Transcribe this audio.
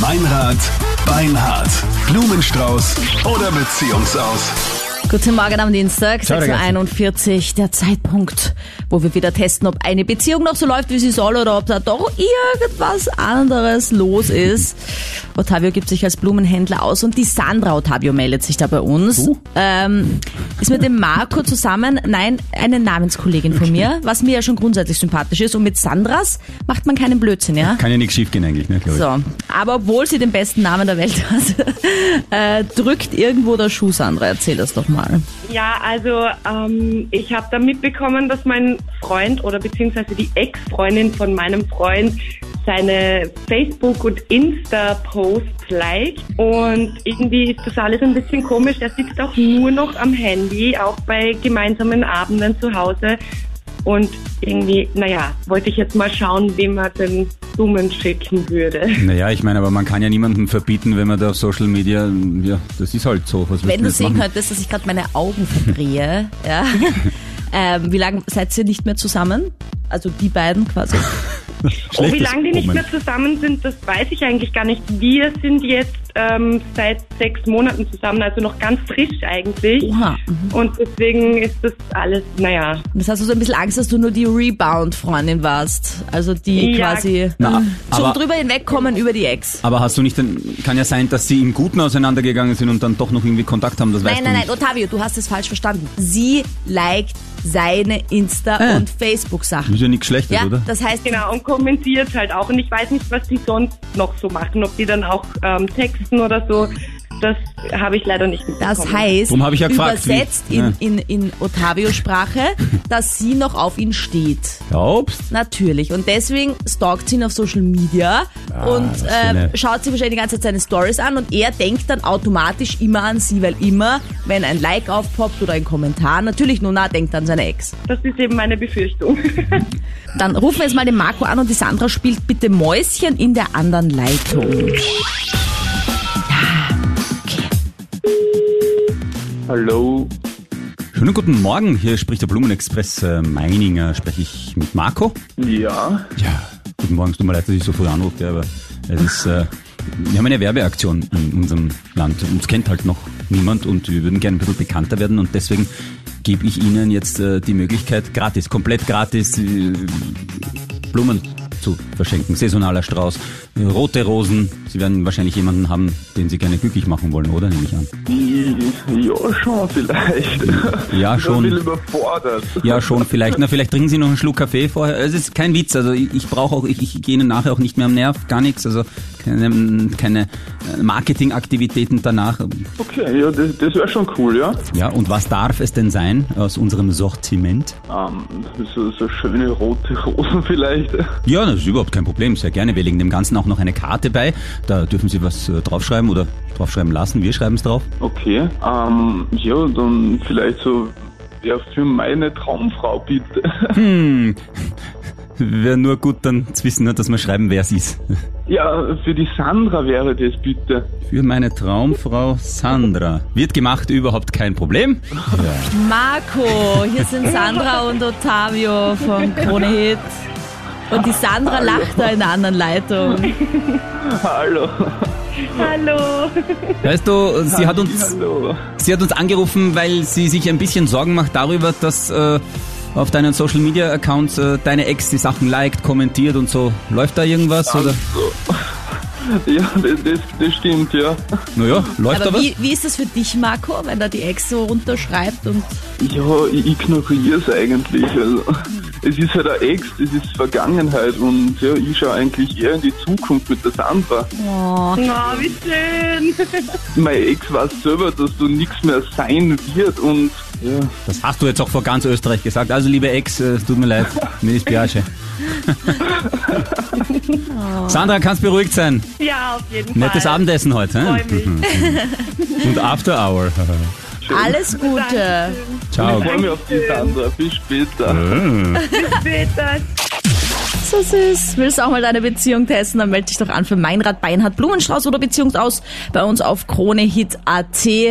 Meinrad, Beinhard, Blumenstrauß oder Beziehungsaus. Guten Morgen am Dienstag, Ciao, 6.41 Uhr, der Zeitpunkt, wo wir wieder testen, ob eine Beziehung noch so läuft, wie sie soll oder ob da doch irgendwas anderes los ist. Ottavio gibt sich als Blumenhändler aus und die Sandra Ottavio meldet sich da bei uns. Du? Ähm, ist mit dem Marco zusammen, nein, eine Namenskollegin von mir, was mir ja schon grundsätzlich sympathisch ist. Und mit Sandras macht man keinen Blödsinn, ja? Kann ja nichts schief gehen eigentlich, ne, glaube ich. So, aber obwohl sie den besten Namen der Welt hat, äh, drückt irgendwo der Schuh, Sandra. Erzähl das doch mal. Ja, also ähm, ich habe dann mitbekommen, dass mein Freund oder beziehungsweise die Ex-Freundin von meinem Freund seine Facebook- und Insta-Posts liked. Und irgendwie ist das alles ein bisschen komisch. Er sitzt auch nur noch am Handy, auch bei gemeinsamen Abenden zu Hause. Und irgendwie, naja, wollte ich jetzt mal schauen, wem er den Blumen schicken würde. Naja, ich meine, aber man kann ja niemandem verbieten, wenn man da auf Social Media, ja, das ist halt so. Was willst Wenn du jetzt sehen machen? könntest, dass ich gerade meine Augen verdrehe, ja. Ähm, wie lange seid ihr nicht mehr zusammen? Also die beiden quasi. Oh, wie Schlechtes lange die nicht Omen. mehr zusammen sind, das weiß ich eigentlich gar nicht. Wir sind jetzt ähm, seit sechs Monaten zusammen, also noch ganz frisch eigentlich. Mhm. Oha. Und deswegen ist das alles, naja. Und das hast du so ein bisschen Angst, dass du nur die Rebound-Freundin warst. Also die Ja. quasi Na, mh, zum aber- drüber hinwegkommen über die Ex. Aber hast du nicht, den, kann ja sein, dass sie im Guten auseinandergegangen sind und dann doch noch irgendwie Kontakt haben, das weißt Nein, du nein, nein, nicht. Ottavio, du hast es falsch verstanden. Sie liked seine Insta- Ah. und Facebook-Sachen. Ist ja nichts Schlechtes, Ja, oder? das heißt, Genau, und kommentiert halt auch. Und ich weiß nicht, was die sonst noch so machen, ob die dann auch ähm, texten oder so. Das habe ich leider nicht mitbekommen. Das heißt, Drum hab ich ja gefragt, übersetzt wie- Äh. Ja. in, in, in Ottavio-Sprache, dass sie noch auf ihn steht. Glaubst? Natürlich. Und deswegen stalkt sie ihn auf Social Media und Ah, das ist ähm, eine- schaut sich wahrscheinlich die ganze Zeit seine Stories an und er denkt dann automatisch immer an sie, weil immer, wenn ein Like aufpoppt oder ein Kommentar, natürlich nur nah denkt an seine Ex. Das ist eben meine Befürchtung. Dann rufen wir jetzt mal den Marco an und die Sandra spielt bitte Mäuschen in der anderen Leitung. Hallo, Schönen guten Morgen, hier spricht der Blumenexpress äh, Meininger, spreche ich mit Marco. ja, Ja, guten Morgen, es tut mir leid, dass ich so früh anrufe, aber es ist, äh, wir haben eine Werbeaktion in unserem Land. Uns kennt halt noch niemand und wir würden gerne ein bisschen bekannter werden und deswegen gebe ich Ihnen jetzt äh, die Möglichkeit, gratis, komplett gratis äh, Blumen zu verschenken. Saisonaler Strauß, äh, rote Rosen. Sie werden wahrscheinlich jemanden haben, den Sie gerne glücklich machen wollen, oder? Nehme ich an. ja, schon vielleicht. Ja, schon. Ich bin überfordert. Ja, schon, vielleicht. Na, vielleicht trinken Sie noch einen Schluck Kaffee vorher. Es ist kein Witz, also ich, ich brauche auch, ich, ich gehe Ihnen nachher auch nicht mehr am Nerv, gar nichts. Also keine, keine äh, Marketingaktivitäten danach. Okay, ja, das, das wäre schon cool, ja. Ja, und was darf es denn sein aus unserem Sortiment? Ähm, so, so schöne rote Rosen vielleicht. Ja, das ist überhaupt kein Problem, sehr gerne. Wir legen dem Ganzen auch noch eine Karte bei. Da dürfen Sie was äh, draufschreiben oder draufschreiben lassen. Wir schreiben es drauf. Okay, ähm, ja, dann vielleicht so, ja, für meine Traumfrau bitte. Wäre nur gut, dann zu wissen, ne, dass wir schreiben, wer es ist. Ja, für die Sandra wäre das bitte. Für meine Traumfrau Sandra. Wird gemacht, überhaupt kein Problem. Marco, hier sind Sandra und Ottavio von Krone Hit. Und die Sandra lacht da in der anderen Leitung. Hallo. Hallo. Weißt du, sie hat uns... Hallo. Sie hat uns angerufen, weil sie sich ein bisschen Sorgen macht darüber, dass äh, auf deinen Social Media Accounts äh, deine Ex die Sachen liked, kommentiert und so. Läuft da irgendwas? Oder? Ja, das, das, das stimmt, ja. Naja, läuft da Aber was? wie, wie ist das für dich, Marco, wenn da die Ex so runterschreibt und Ja, ich ignoriere es eigentlich. Also, es ist halt ein Ex, das ist Vergangenheit und ja, ich schaue eigentlich eher in die Zukunft mit der Sandra. oh, Na, wie schön. Mein Ex weiß selber, dass du nichts mehr sein wird und ja, Das hast du jetzt auch vor ganz Österreich gesagt. Also liebe Ex, äh, es tut mir leid, mir ist Biage. Sandra, kannst beruhigt sein. Ja, auf jeden Fall. Nettes Abendessen heute. Freu hä? mich. Und After Hour. alles Gute. Ciao. ich freue mich auf die Sandra. Bis später. Bitte. So süß. Willst du auch mal deine Beziehung testen? Dann melde dich doch an für Meinrad Beinhard Blumenstrauß oder Beziehungsaus bei uns auf kronehit.at.